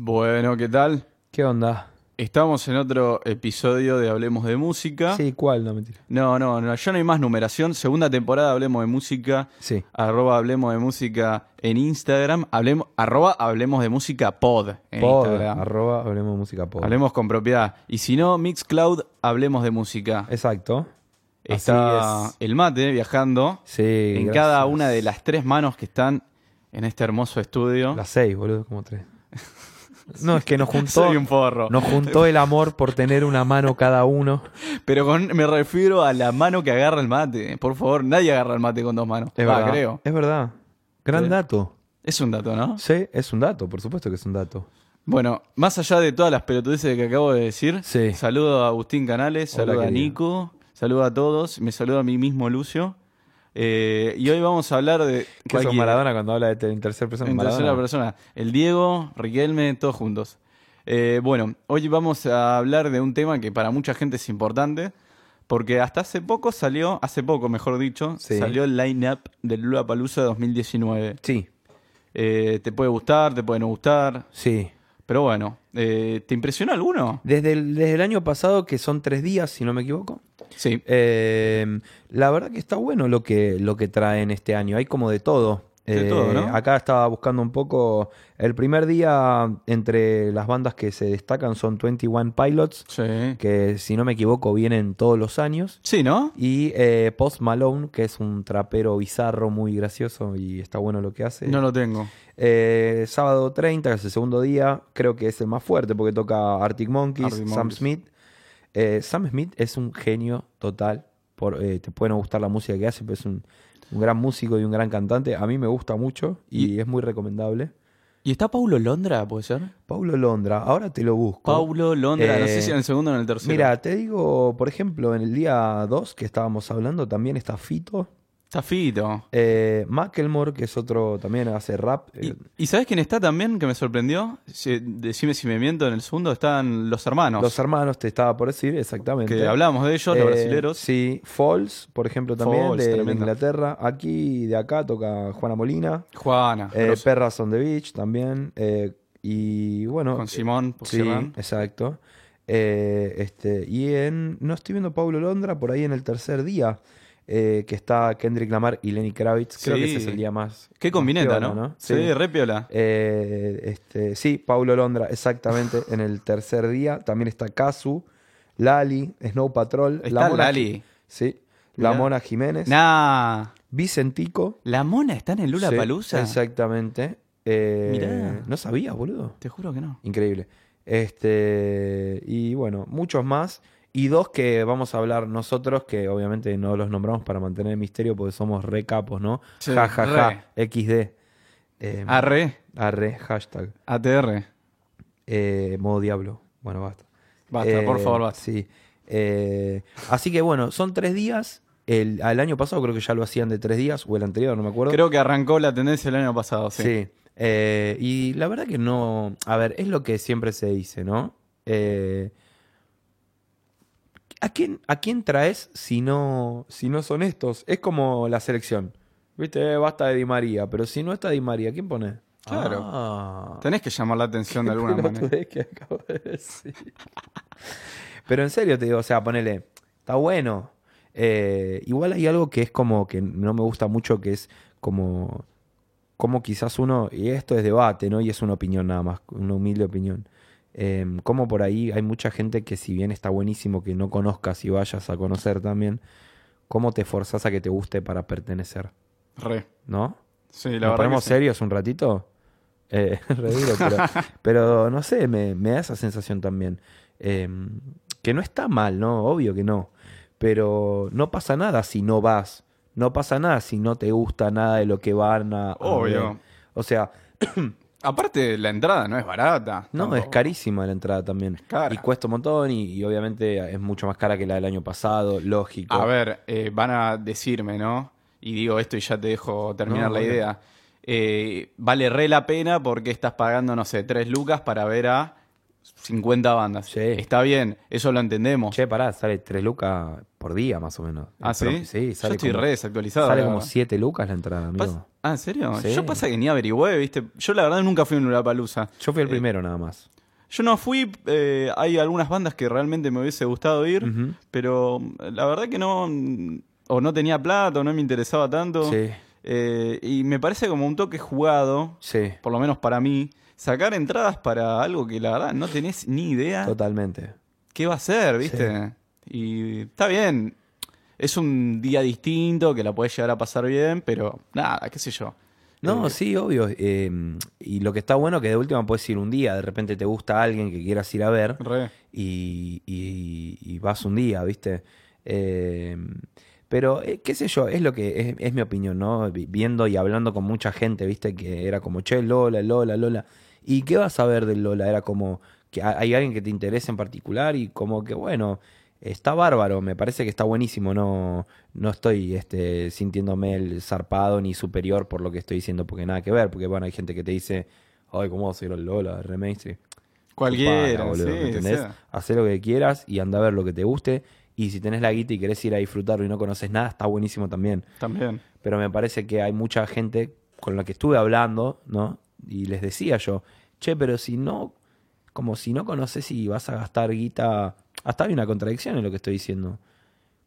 Bueno, ¿qué tal? ¿Qué onda? Estamos en otro episodio de Hablemos de Música. Sí, ¿cuál? No, mentira. No, no, no, ya no hay más numeración. Segunda temporada Hablemos de Música. Sí. Arroba Hablemos de Música en Instagram. Hablemos, arroba Hablemos de Música Pod en Pod, Instagram. arroba Hablemos de Música Pod. Hablemos con propiedad. Y si no, Mixcloud, Hablemos de Música. Exacto. Así Está es. el mate viajando Sí, en gracias. cada una de las tres manos que están en este hermoso estudio. Las seis, boludo, como tres. No, es que nos juntó, Soy un forro. nos juntó el amor por tener una mano cada uno. Pero con- me refiero a la mano que agarra el mate. Por favor, nadie agarra el mate con dos manos. Es Ah, verdad. creo. Es verdad. Gran Sí. dato. Es un dato, ¿no? Sí, es un dato, por supuesto que es un dato. Bueno, más allá de todas las pelotudeces que acabo de decir, Sí. saludo a Agustín Canales, Hola, saludo a querido. Nico, saludo a todos, me saludo a mí mismo, Lucio. Eh, y hoy vamos a hablar de. ¿Qué son cualquiera. Maradona cuando habla de te- en tercera persona? En tercera Maradona. persona. El Diego, Riquelme, todos juntos. Eh, bueno, hoy vamos a hablar de un tema que para mucha gente es importante, porque hasta hace poco salió, hace poco mejor dicho, Sí. salió el line-up del Lula Palusa 2019. Sí, Eh, te puede gustar, te puede no gustar, sí. pero bueno, eh, ¿te impresionó alguno? Desde el, desde el año pasado, que son tres días, si no me equivoco. Sí. Eh, la verdad que está bueno lo que, lo que traen este año. Hay como de todo. De Eh, todo, ¿no? Acá estaba buscando un poco. El primer día, entre las bandas que se destacan, son 21 Pilots, Sí. que si no me equivoco, vienen todos los años. Sí, ¿no? Y eh, Post Malone, que es un trapero bizarro, muy gracioso y está bueno lo que hace. No lo tengo. Eh, sábado 30, que es el segundo día, creo que es el más fuerte porque toca Arctic Monkeys, Arctic Sam Monkeys. Smith. Eh, Sam Smith es un genio total. Por, eh, te puede no gustar la música que hace, pero es un, un gran músico y un gran cantante. A mí me gusta mucho y, es muy recomendable. ¿Y está Paulo Londra, puede ser? Paulo Londra, ahora te lo busco. Paulo Londra, no Eh, sé si en el segundo o en el tercero. Mira, te digo, por ejemplo, en el día 2 que estábamos hablando también está Fito. Está Fito. Eh, Macklemore, que es otro, también hace rap. ¿Y, eh, y sabes quién está también que me sorprendió? Si- decime si me miento, en el segundo están los hermanos. Los hermanos, te estaba por decir, exactamente. que hablamos de ellos, los Eh, brasileros. Sí, Falls, por ejemplo, también Falls, de, de tremendo. Inglaterra. Aquí de acá toca Juana Molina, Juana, eh, grosso, Perras on the Beach también. eh, y bueno. con eh, Simón, Sí, Puigcerrán. exacto. Eh, este, y en. No estoy viendo Pablo Londra por ahí en el tercer día. eh, que está Kendrick Lamar y Lenny Kravitz. Creo que Sí. ese es el día más. Qué más combineta, piola, ¿no? Sí, re piola. eh, este, sí, Paulo Londra, exactamente, en el tercer día. También está Kazu, Lali, Snow Patrol. Está Mona Lali. Ji- Sí, La Mirá. Mona Jiménez. Nah, Vicentico. la mona está en el Lula sí, Palusa. Exactamente. Eh, Mirá. No sabías, boludo. Te juro que no. Increíble. Este, y bueno, muchos más. Y dos que vamos a hablar nosotros, que obviamente no los nombramos para mantener el misterio porque somos recapos, ¿no? Sí, ja, ja, ja, XD. Eh, Arre, arre, hashtag. ATR. Eh, modo diablo. Bueno, basta. Basta, Eh, por favor, basta. Sí. Eh, así que bueno, son tres días. El, al año pasado creo que ya lo hacían de tres días, o el anterior, no me acuerdo. Creo que arrancó la tendencia el año pasado, sí. sí. Eh, y la verdad que no. A ver, es lo que siempre se dice, ¿no? Eh, ¿a, quién, ¿A quién traes si no, si no son estos? Es como la selección. Viste, eh, basta de Di María, pero si no está Di María, ¿quién pone? Claro. Ah. Tenés que llamar la atención de alguna manera. pelotudez que acabo de decir. Pero en serio te digo, o sea, ponele, está bueno. Eh, igual hay algo que es como que no me gusta mucho, que es como, como quizás uno, y esto es debate, ¿no? Y es una opinión nada más, una humilde opinión. Eh, como por ahí hay mucha gente que si bien está buenísimo que no conozcas y vayas a conocer también, ¿cómo te forzás a que te guste para pertenecer? Re. ¿No? Sí, la ¿Nos verdad. ponemos que sí. serios un ratito? Eh, re duro, pero, pero no sé, me, me da esa sensación también. Eh, que no está mal, ¿no? Obvio que no. Pero no pasa nada si no vas. No pasa nada si no te gusta nada de lo que van a. a Obvio. ver. O sea, Aparte, la entrada no es barata. no, es tampoco. carísima la entrada también. cara. Y cuesta un montón y, y obviamente es mucho más cara que la del año pasado, lógico. A ver, eh, van a decirme, ¿no? Y digo esto y ya te dejo terminar No, la bueno. idea. Eh, vale re la pena porque estás pagando, no sé, tres lucas para ver a 50 bandas. Sí. Está bien, eso lo entendemos. Che, pará, sale 3 lucas por día más o menos. ¿Ah, Pero- sí? Sí, Yo sale estoy como- re desactualizado. Sale la como verdad. 7 lucas la entrada, amigo. Pas- Ah, ¿en serio? Sí. Yo pasa que ni averigüé, ¿viste? Yo la verdad nunca fui a un Lollapalooza. Yo fui el primero nada más. Yo no fui, eh, hay algunas bandas que realmente me hubiese gustado ir, Ujú. pero mm, la verdad que no, mm, o no tenía plata, o no me interesaba tanto. Sí. Eh, y me parece como un toque jugado, Sí, por lo menos para mí, sacar entradas para algo que la verdad no tenés ni idea totalmente. qué va a ser, ¿viste? Y está bien, es un día distinto que la podés llegar a pasar bien, pero nada, qué sé yo. No, sí, obvio. eh, y lo que está bueno que de última puedes ir un día, de repente te gusta alguien que quieras ir a ver Re. y, y- y vas un día, ¿viste? Eh, pero, eh, qué sé yo, es lo que es, es mi opinión, ¿no? Vi- Viendo y hablando con mucha gente, ¿viste? Que era como, che, Lola, Lola, Lola. ¿Y qué vas a ver del Lola? Era como, que ha- hay alguien que te interesa en particular y como que, bueno, está bárbaro, me parece que está buenísimo, no, no estoy este, sintiéndome el zarpado ni superior por lo que estoy diciendo, porque nada que ver, porque, bueno, hay gente que te dice, ay, ¿cómo vas a ir al Lola? Re mainstream". Cualquiera, Chupala, boludo, sí, ¿me ¿entendés? o sea. Hacé lo que quieras y anda a ver lo que te guste. Y si tenés la guita y querés ir a disfrutarlo y no conoces nada, está buenísimo también. También. Pero me parece que hay mucha gente con la que estuve hablando, ¿no? Y les decía yo, che, pero si no, como si no conoces si vas a gastar guita. Hasta hay una contradicción en lo que estoy diciendo.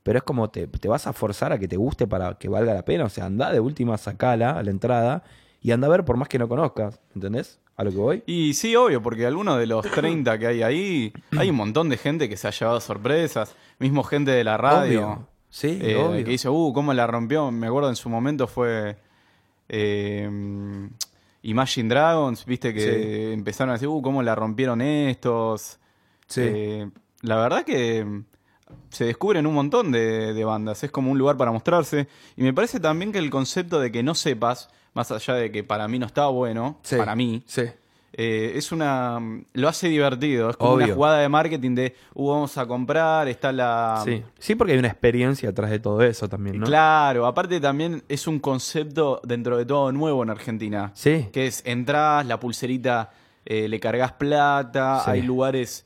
Pero es como te, te vas a forzar a que te guste para que valga la pena. O sea, anda de última, sacala a la entrada y anda a ver por más que no conozcas. ¿Entendés? A lo que voy. Y sí, obvio, porque algunos de los 30 que hay ahí, hay un montón de gente que se ha llevado sorpresas, mismo gente de la radio. Obvio. Sí, eh, obvio. Que dice, uh, cómo la rompió. Me acuerdo en su momento fue eh, Imagine Dragons, viste que Sí. empezaron a decir, uh, cómo la rompieron estos. Sí. Eh, la verdad que se descubren un montón de, de bandas, es como un lugar para mostrarse. Y me parece también que el concepto de que no sepas, más allá de que para mí no está bueno, Sí, para mí, Sí. eh, es una. Lo hace divertido. Es como una Obvio. jugada de marketing de. Uh, vamos a comprar, está la. sí. Sí, porque hay una experiencia atrás de todo eso también, ¿no? Claro, aparte también es un concepto dentro de todo nuevo en Argentina. Sí. Que es entras, la pulserita, eh, le cargas plata, Sí. hay lugares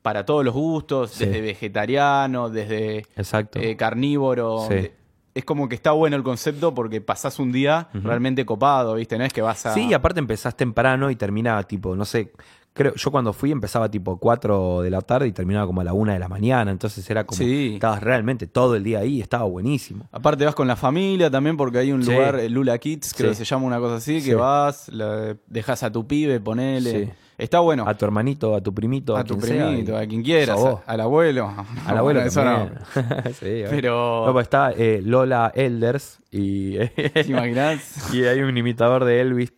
para todos los gustos, Sí. desde vegetariano, desde Exacto. eh, carnívoro. Sí. Es como que está bueno el concepto porque pasás un día realmente copado, ¿viste? No es que vas a. Sí, y aparte empezás temprano y terminaba tipo, no sé, creo, yo cuando fui empezaba tipo 4 de la tarde y terminaba como a la 1 de la mañana, entonces era como, Sí. estabas realmente todo el día ahí, estaba buenísimo. Aparte vas con la familia también porque hay un Sí. lugar, el Lula Kids, creo Sí. que se llama una cosa así, que Sí. vas, la- dejas a tu pibe, ponele. Sí. Está bueno. A tu hermanito, a tu primito, a, a tu quien sea, primito, y- a quien o quieras, a vos. a- al abuelo. Al Bueno, abuelo eso no. también. Sí, Pero- No, pues está eh, Lola Elders y, ¿Te imaginás? y hay un imitador de Elvis.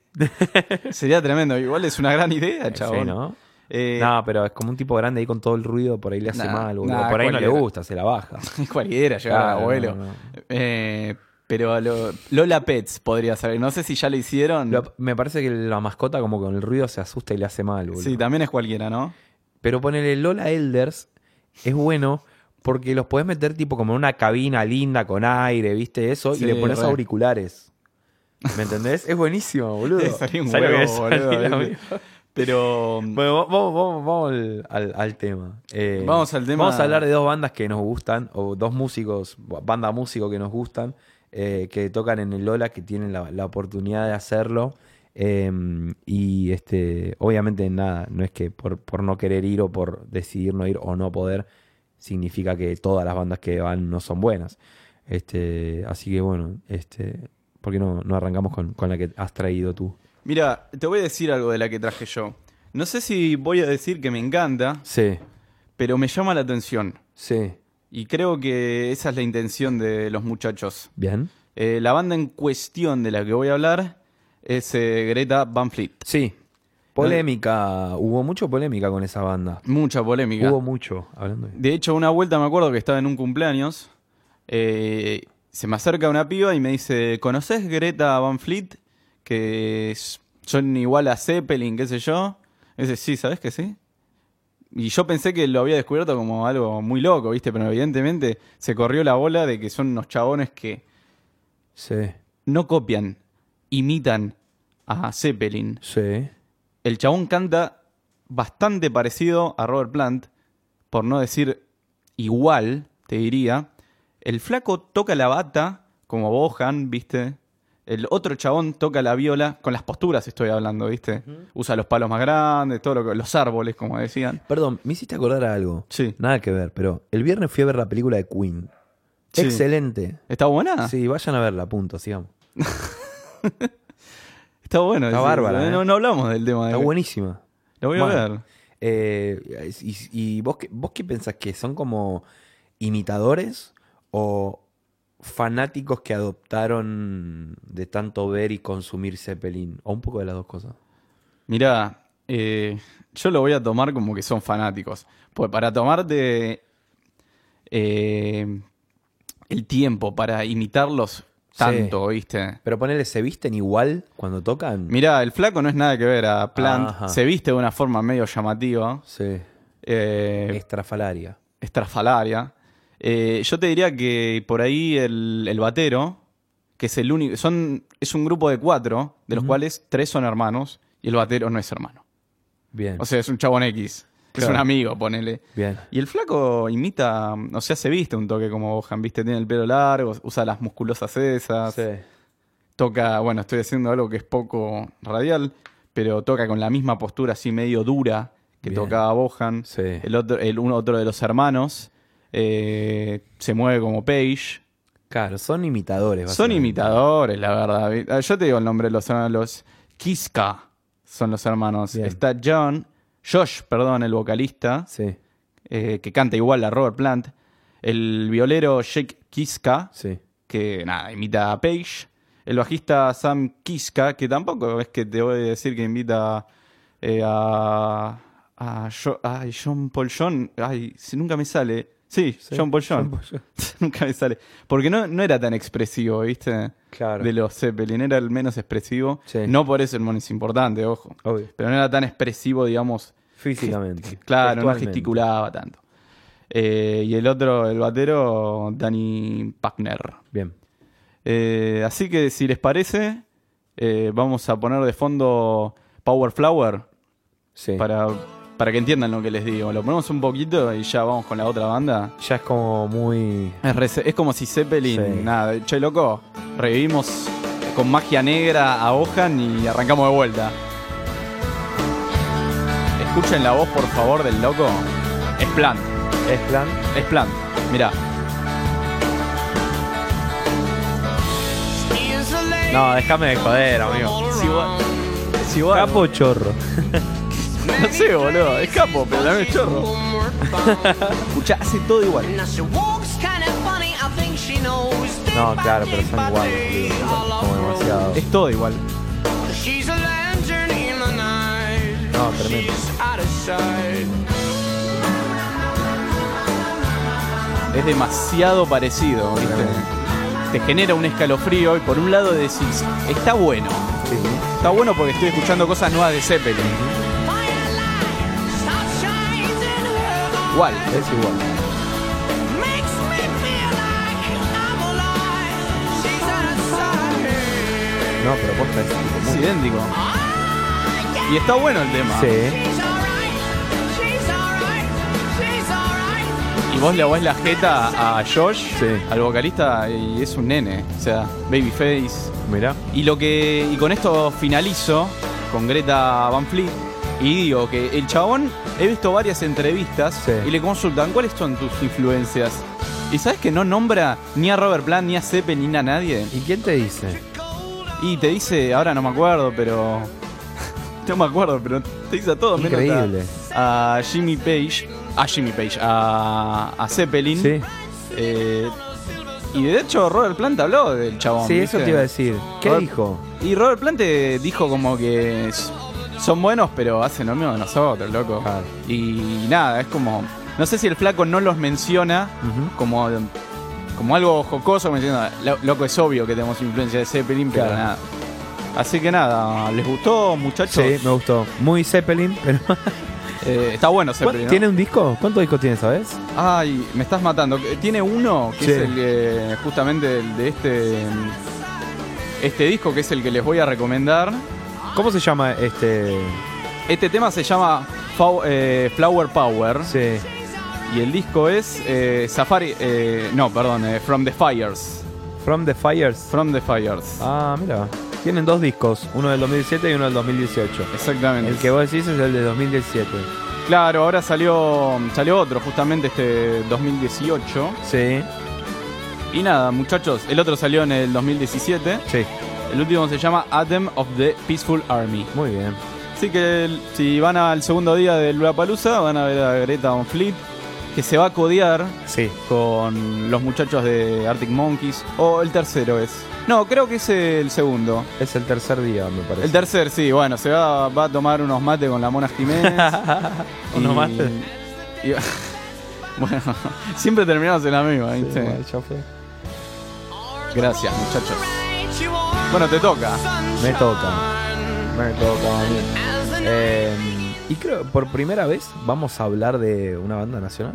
Sería tremendo. Igual es una gran idea, chabón. Sí, ¿no? Eh, no, pero es como un tipo grande ahí con todo el ruido, por ahí le hace Nah, mal, boludo. nah, por ahí no le cualquiera. gusta, se la baja. Cualquiera llegar Claro, al abuelo. no, no. Eh, pero lo- Lola Pets podría ser. No sé si ya lo hicieron. Lo- me parece que la mascota como con el ruido se asusta y le hace mal, boludo. sí, también es cualquiera, ¿no? pero ponerle Lola Elders es bueno porque los podés meter tipo como en una cabina linda con aire, viste eso, Sí, y le pones re. auriculares. ¿Me entendés? Es buenísimo, boludo. Sería un ¿Sabés lo que huevo, es? boludo, Salí la ¿viste? mierda. Pero. Bueno, va- vamos, vamos, vamos al, al- al tema. Eh, Vamos al tema. Vamos a hablar de dos bandas que nos gustan, o dos músicos, banda músico que nos gustan, eh, que tocan en el Lola, que tienen la, la oportunidad de hacerlo. Eh, y este, obviamente nada, no es que por, por no querer ir o por decidir no ir o no poder, significa que todas las bandas que van no son buenas. Este, así que bueno, este, ¿por qué no, no arrancamos con, con la que has traído tú? Mira, te voy a decir algo de la que traje yo. No sé si voy a decir que me encanta, Sí, pero me llama la atención. sí. Y creo que esa es la intención de los muchachos. Bien. Eh, la banda en cuestión de la que voy a hablar es eh, Greta Van Fleet. Sí. Polémica, hubo mucho polémica con esa banda. Mucha polémica. Hubo mucho, hablando de... De hecho, una vuelta me acuerdo que estaba en un cumpleaños. eh, se me acerca una piba y me dice: ¿Conoces Greta Van Fleet? Que es- son igual a Zeppelin, qué sé yo. Y dice: Sí, ¿sabes que sí? Y yo pensé que lo había descubierto como algo muy loco, ¿viste? Pero evidentemente se corrió la bola de que son unos chabones que Sí, no copian, imitan a Zeppelin. sí. El chabón canta bastante parecido a Robert Plant, por no decir igual, te diría. El flaco toca la bata como Bohan, ¿viste? El otro chabón toca la viola, con las posturas estoy hablando, ¿viste? Usa los palos más grandes, todo lo que- los árboles, como decían. Perdón, me hiciste acordar a algo. Sí. Nada que ver, pero el viernes fui a ver la película de Queen. Sí. Ah. Excelente. ¿Está buena? Sí, vayan a verla, punto, sigamos. Está bueno. Está ese- bárbara, No, eh. no hablamos del tema. Está de... buenísima. Lo voy a Bueno. ver. Eh, y, y vos, qué, vos qué pensás que son como imitadores o fanáticos que adoptaron de tanto ver y consumir Zeppelin? O un poco de las dos cosas. Mirá, eh, yo lo voy a tomar como que son fanáticos. Pues para tomarte eh, el tiempo para imitarlos tanto, ¿viste? Pero ponele, ¿se visten igual cuando tocan? Mirá, el flaco no es nada que ver a Plant. Ajá. Se viste de una forma medio llamativa, Sí. eh, Estrafalaria. estrafalaria. Eh, yo te diría que por ahí el, el batero, que es el único. Son, es un grupo de cuatro, de los Ujú. cuales tres son hermanos y el batero no es hermano. Bien. O sea, es un chabón X. Es Claro. un amigo, ponele. bien. Y el flaco imita, o sea, se viste un toque como Bojan, viste, tiene el pelo largo, usa las musculosas esas, Sí. toca, bueno, estoy haciendo algo que es poco radial, pero toca con la misma postura así medio dura que Bien. tocaba Bojan. Sí. El otro, el uno otro de los hermanos eh, se mueve como Page. Claro, son imitadores. Son básicamente. imitadores, la verdad. vi- ah, Yo te digo el nombre de los hermanos, los Kiska son los hermanos. Bien. Está John, Josh, perdón, el vocalista Sí, eh, que canta igual a Robert Plant, el violero Jake Kiska, sí. que nada, imita a Page, el bajista Sam Kiska, que tampoco es que te voy a decir que invita eh, a, a Jo- ay, John Paul John, ay, si nunca me sale. Sí, Sí, John Paul John. John Paul John. nunca me sale. Porque no, no era tan expresivo, ¿viste? Claro. De los Zeppelin, era el menos expresivo. Sí. No por eso el mono es importante, ojo. Obvio. Pero no era tan expresivo, digamos, Físicamente. Claro, no gestualmente. gesticulaba tanto. Eh, y el otro, el batero, Danny Packner. Bien. Eh, así que si les parece, eh, vamos a poner de fondo Power Flower Sí. para, para que entiendan lo que les digo. Lo ponemos un poquito y ya vamos con la otra banda. Ya es como muy. Es, re- es como si Zeppelin, Sí. nada, che loco, revivimos con magia negra a Bohan y arrancamos de vuelta. Escuchen la voz, por favor, del loco. Es plan. Es plan. Es plan, mirá. No, déjame de joder, amigo. Si vos- si vos- Capo chorro. No sé, boludo. Es capo, pero también es chorro. Escuchá, hace todo igual. No, claro, pero son iguales, boludo, Como demasiado. Es todo igual. No, No, tremendo. Es demasiado parecido, ¿viste? Te genera un escalofrío y por un lado decís, está bueno. Sí, sí. Está bueno porque estoy escuchando cosas nuevas de Zeppelin. Igual. Es igual. No, pero vos pensás. Es idéntico. Y está bueno el tema. Sí. Y vos le ves la jeta a Josh, Sí. al vocalista, y es un nene. O sea, babyface. Mirá. Y lo que. Y con esto finalizo con Greta Van Fleet. Y digo que el chabón, he visto varias entrevistas Sí. y le consultan cuáles son tus influencias. Y sabes que no nombra ni a Robert Plant, ni a Zeppelin, ni a nadie. ¿Y quién te dice? Y te dice, ahora no me acuerdo, pero. no me acuerdo, pero te dice a todos menos a- Increíble. a, Jimmy Page. A Jimmy Page, a, a Zeppelin. Sí. Eh, y de hecho, Robert Plant habló del chabón. Sí, eso ¿viste? te iba a decir. ¿Qué Robert- dijo? Y Robert Plant eh, dijo como que s- son buenos, pero hacen lo mismo de nosotros, loco. Claro. Y, nada, es como. No sé si el flaco no los menciona Ujú. como, como algo jocoso, como diciendo, "Lo- loco, es obvio que tenemos influencia de Zeppelin, pero Claro. nada. Así que nada, ¿les gustó, muchachos? Sí, me gustó. Muy Zeppelin, pero. Eh, está bueno Zeppelin. ¿no? ¿Tiene un disco? ¿Cuántos discos tiene, sabes? Ay, me estás matando. Eh, Tiene uno que Sí. es el que, justamente el de este. Este disco que es el que les voy a recomendar. ¿Cómo se llama este? Este tema se llama Fau- eh, Flower Power Sí. y el disco es eh, Safari, eh, no, perdón, eh, From the Fires. From the Fires. From the Fires. Ah, mira. Tienen dos discos, uno del 2007 y uno del 2018. Exactamente. El que vos decís es el de 2017. Claro, ahora salió, salió otro, justamente este 2018. Sí, Y nada, muchachos, el otro salió en el 2017. sí. El último se llama Atom of the Peaceful Army. Muy bien. Así que el- si van al segundo día del Lollapalooza van a ver a Greta Van Fleet, que se va a codear Sí. con los muchachos de Arctic Monkeys. O el tercero es. No, creo que es el segundo. Es el tercer día, me parece. El tercer, sí, bueno, se va, va a tomar unos mates con la Mona Jiménez. y- Uno más. y- bueno, siempre terminamos en la misma, Sí, ¿viste? bueno, ya fue. Gracias, muchachos. Bueno, te toca. Me toca. Me toca a mí. Eh, y creo, por primera vez vamos a hablar de una banda nacional.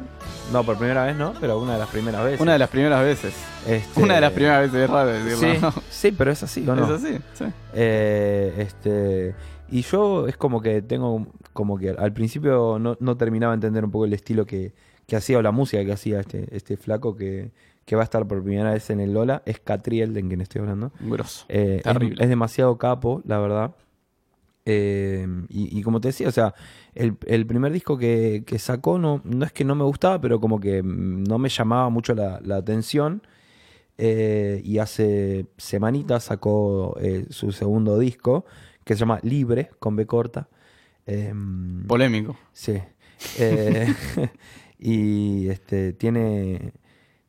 No, por primera vez no, pero una de las primeras veces. Una de las primeras veces. Este, Una de las primeras veces, es raro decirlo. Sí, ¿no? sí, pero es así, ¿o no? Es así, sí. Eh, este, y yo es como que tengo, un- como que al principio no, no terminaba de entender un poco el estilo que, que hacía o la música que hacía este, este flaco que, que va a estar por primera vez en el Lola. Es Catriel, de quien estoy hablando. Grosso. Eh, es- Terrible. Es, demasiado capo, la verdad. Eh, y, y como te decía, o sea, el, el primer disco que, que sacó no, no es que no me gustaba, pero como que mm, no me llamaba mucho la, la atención. Eh, y hace semanitas sacó eh, su segundo disco, que se llama Libre, con B corta. Em, Polémico. Sí. Eh, y este tiene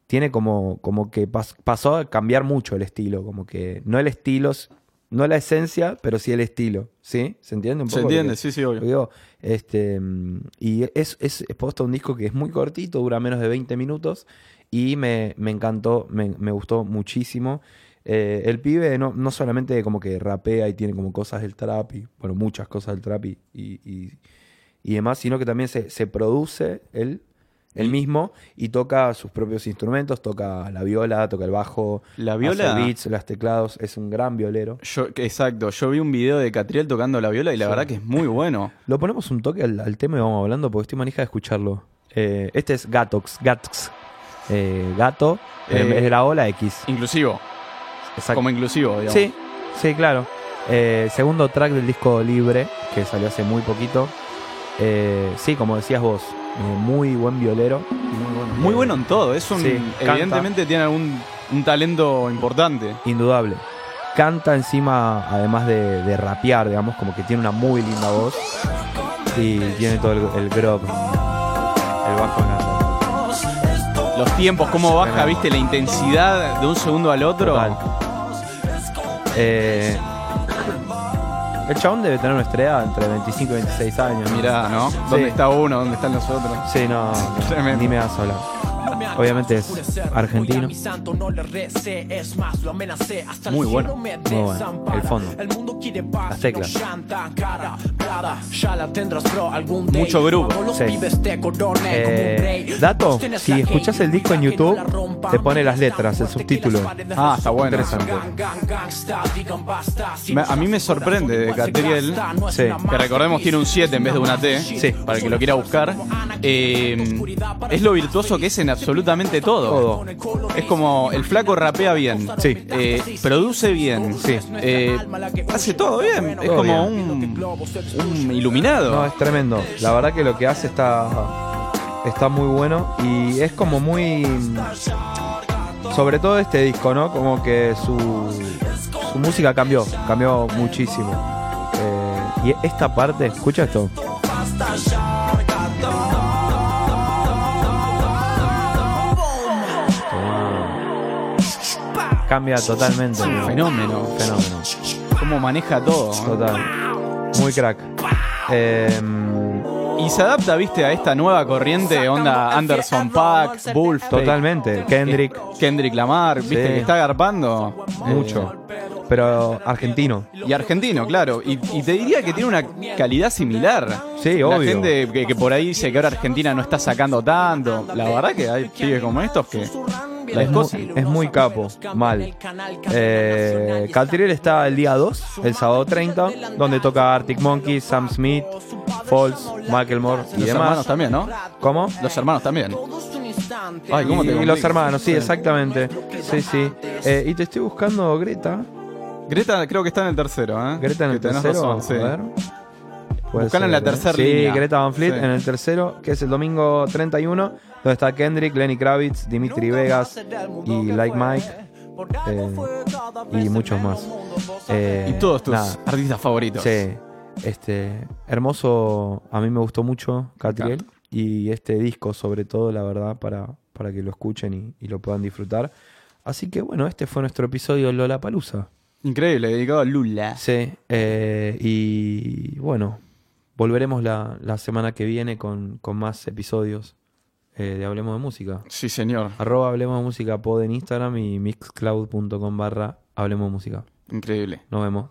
tiene como como que pas- pasó a cambiar mucho el estilo, como que no el estilo, s- no la esencia, pero sí el estilo, ¿sí? ¿Se entiende un poco? ¿Se lo que- entiende? Sí, sí, lo que obvio. digo? este mm, y es es, es posta un disco que es muy cortito, dura menos de 20 minutos y me, me encantó, me, me gustó muchísimo. Eh, el pibe no, no solamente como que rapea y tiene como cosas del trap, y, bueno, muchas cosas del trap y, y- y- y demás, sino que también se, se produce él, él mismo y toca sus propios instrumentos, toca la viola, toca el bajo, La hace viola. beats, los teclados, es un gran violero. Yo, exacto, yo vi un video de Catriel tocando la viola y la Sí. verdad que es muy bueno. Lo ponemos un toque al, al tema y vamos hablando porque estoy manija de escucharlo. Eh, este es Gatox, Gatox. Eh, gato, Eh, en vez de la ola X. Inclusivo, Exacto. como inclusivo, digamos. Sí, sí, claro. Eh, segundo track del disco Libre, que salió hace muy poquito. Eh, sí, como decías vos, eh, muy buen violero. Eh, Muy bueno, Muy bueno en todo, es un. Sí, canta. evidentemente tiene algún un talento importante. Indudable. Canta encima, además de, de rapear, digamos, como que tiene una muy linda voz. Y tiene todo el, el groove. El bajo nada. Los tiempos, cómo baja, Tremendo. viste, la intensidad de un segundo al otro. Total. Eh, el chabón debe tener una estrella entre 25 y 26 años. Mirá, ¿no? ¿Dónde está uno? ¿Dónde están los otros? Sí, no, no, Tremendo. ni me vas a hablar. Obviamente es argentino. Muy Muy bueno. bueno. Muy bueno. El fondo. Las Las teclas. teclas. Mucho groove. Sí. Eh, dato, si escuchás el disco en YouTube, te pone las letras, el subtítulo. Ah, está bueno. Interesante. Me- a mí me sorprende de Catriel, Sí. que recordemos tiene un 7 en vez de una T, Sí. para el que lo quiera buscar, eh, es lo virtuoso que es en absolutamente todo. Es como el flaco rapea bien, Sí. eh, produce bien, Sí. eh, hace todo bien, es Todo como bien. un, un iluminado. No, es tremendo. La verdad que lo que hace está, está muy bueno y es como muy... Sobre todo este disco, ¿no? Como que su, su música cambió, cambió muchísimo. Eh, y esta parte, escucha esto. Cambia totalmente. Fenómeno. Fenómeno. Cómo maneja todo. ¿no? Total. Muy crack. Em, Y se adapta, viste, a esta nueva corriente, onda Anderson Pack, Wolf, totalmente. Kendrick. Kendrick Lamar, viste, Sí. que está garpando eh, Mucho. Pero argentino. Y argentino, claro. Y, y te diría que tiene una calidad similar. Sí, La obvio. gente Eh, que, que por ahí dice que ahora Argentina no está sacando tanto. La verdad que hay pibes como estos que. Es, mu- es muy capo, mal. Eh, Catriel está el día 2, el sábado 30, donde toca Arctic Monkeys, Sam Smith, Falls, Macklemore y Los hermanos demás. también, ¿no? ¿Cómo? Los hermanos también. Ay, ¿cómo te y confundí? los hermanos, sí, exactamente. Sí, sí. Eh, y te estoy buscando Greta. Greta creo que está en el tercero, ¿eh? Greta en el Que tenés tercero. razón, sí. a ver. Puede Buscala en la ¿eh? tercera sí, línea. Greta Van Fleet Sí. en el tercero, que es el domingo 31, donde está Kendrick, Lenny Kravitz, Dimitri Vegas y Like Mike. eh, y muchos más. Eh, Y todos tus nada. artistas favoritos. Sí, este hermoso, a mí me gustó mucho Catriel y este disco sobre todo, la verdad, para, para que lo escuchen y, y lo puedan disfrutar. Así que bueno, este fue nuestro episodio Lola Palusa. Increíble, dedicado a Lula. Sí, eh, y bueno, volveremos la, la semana que viene con, con más episodios eh, de Hablemos de Música. Sí, señor. Arroba Hablemos de Música pod en Instagram y mixcloud.com barra Hablemos de Música. Increíble. Nos vemos.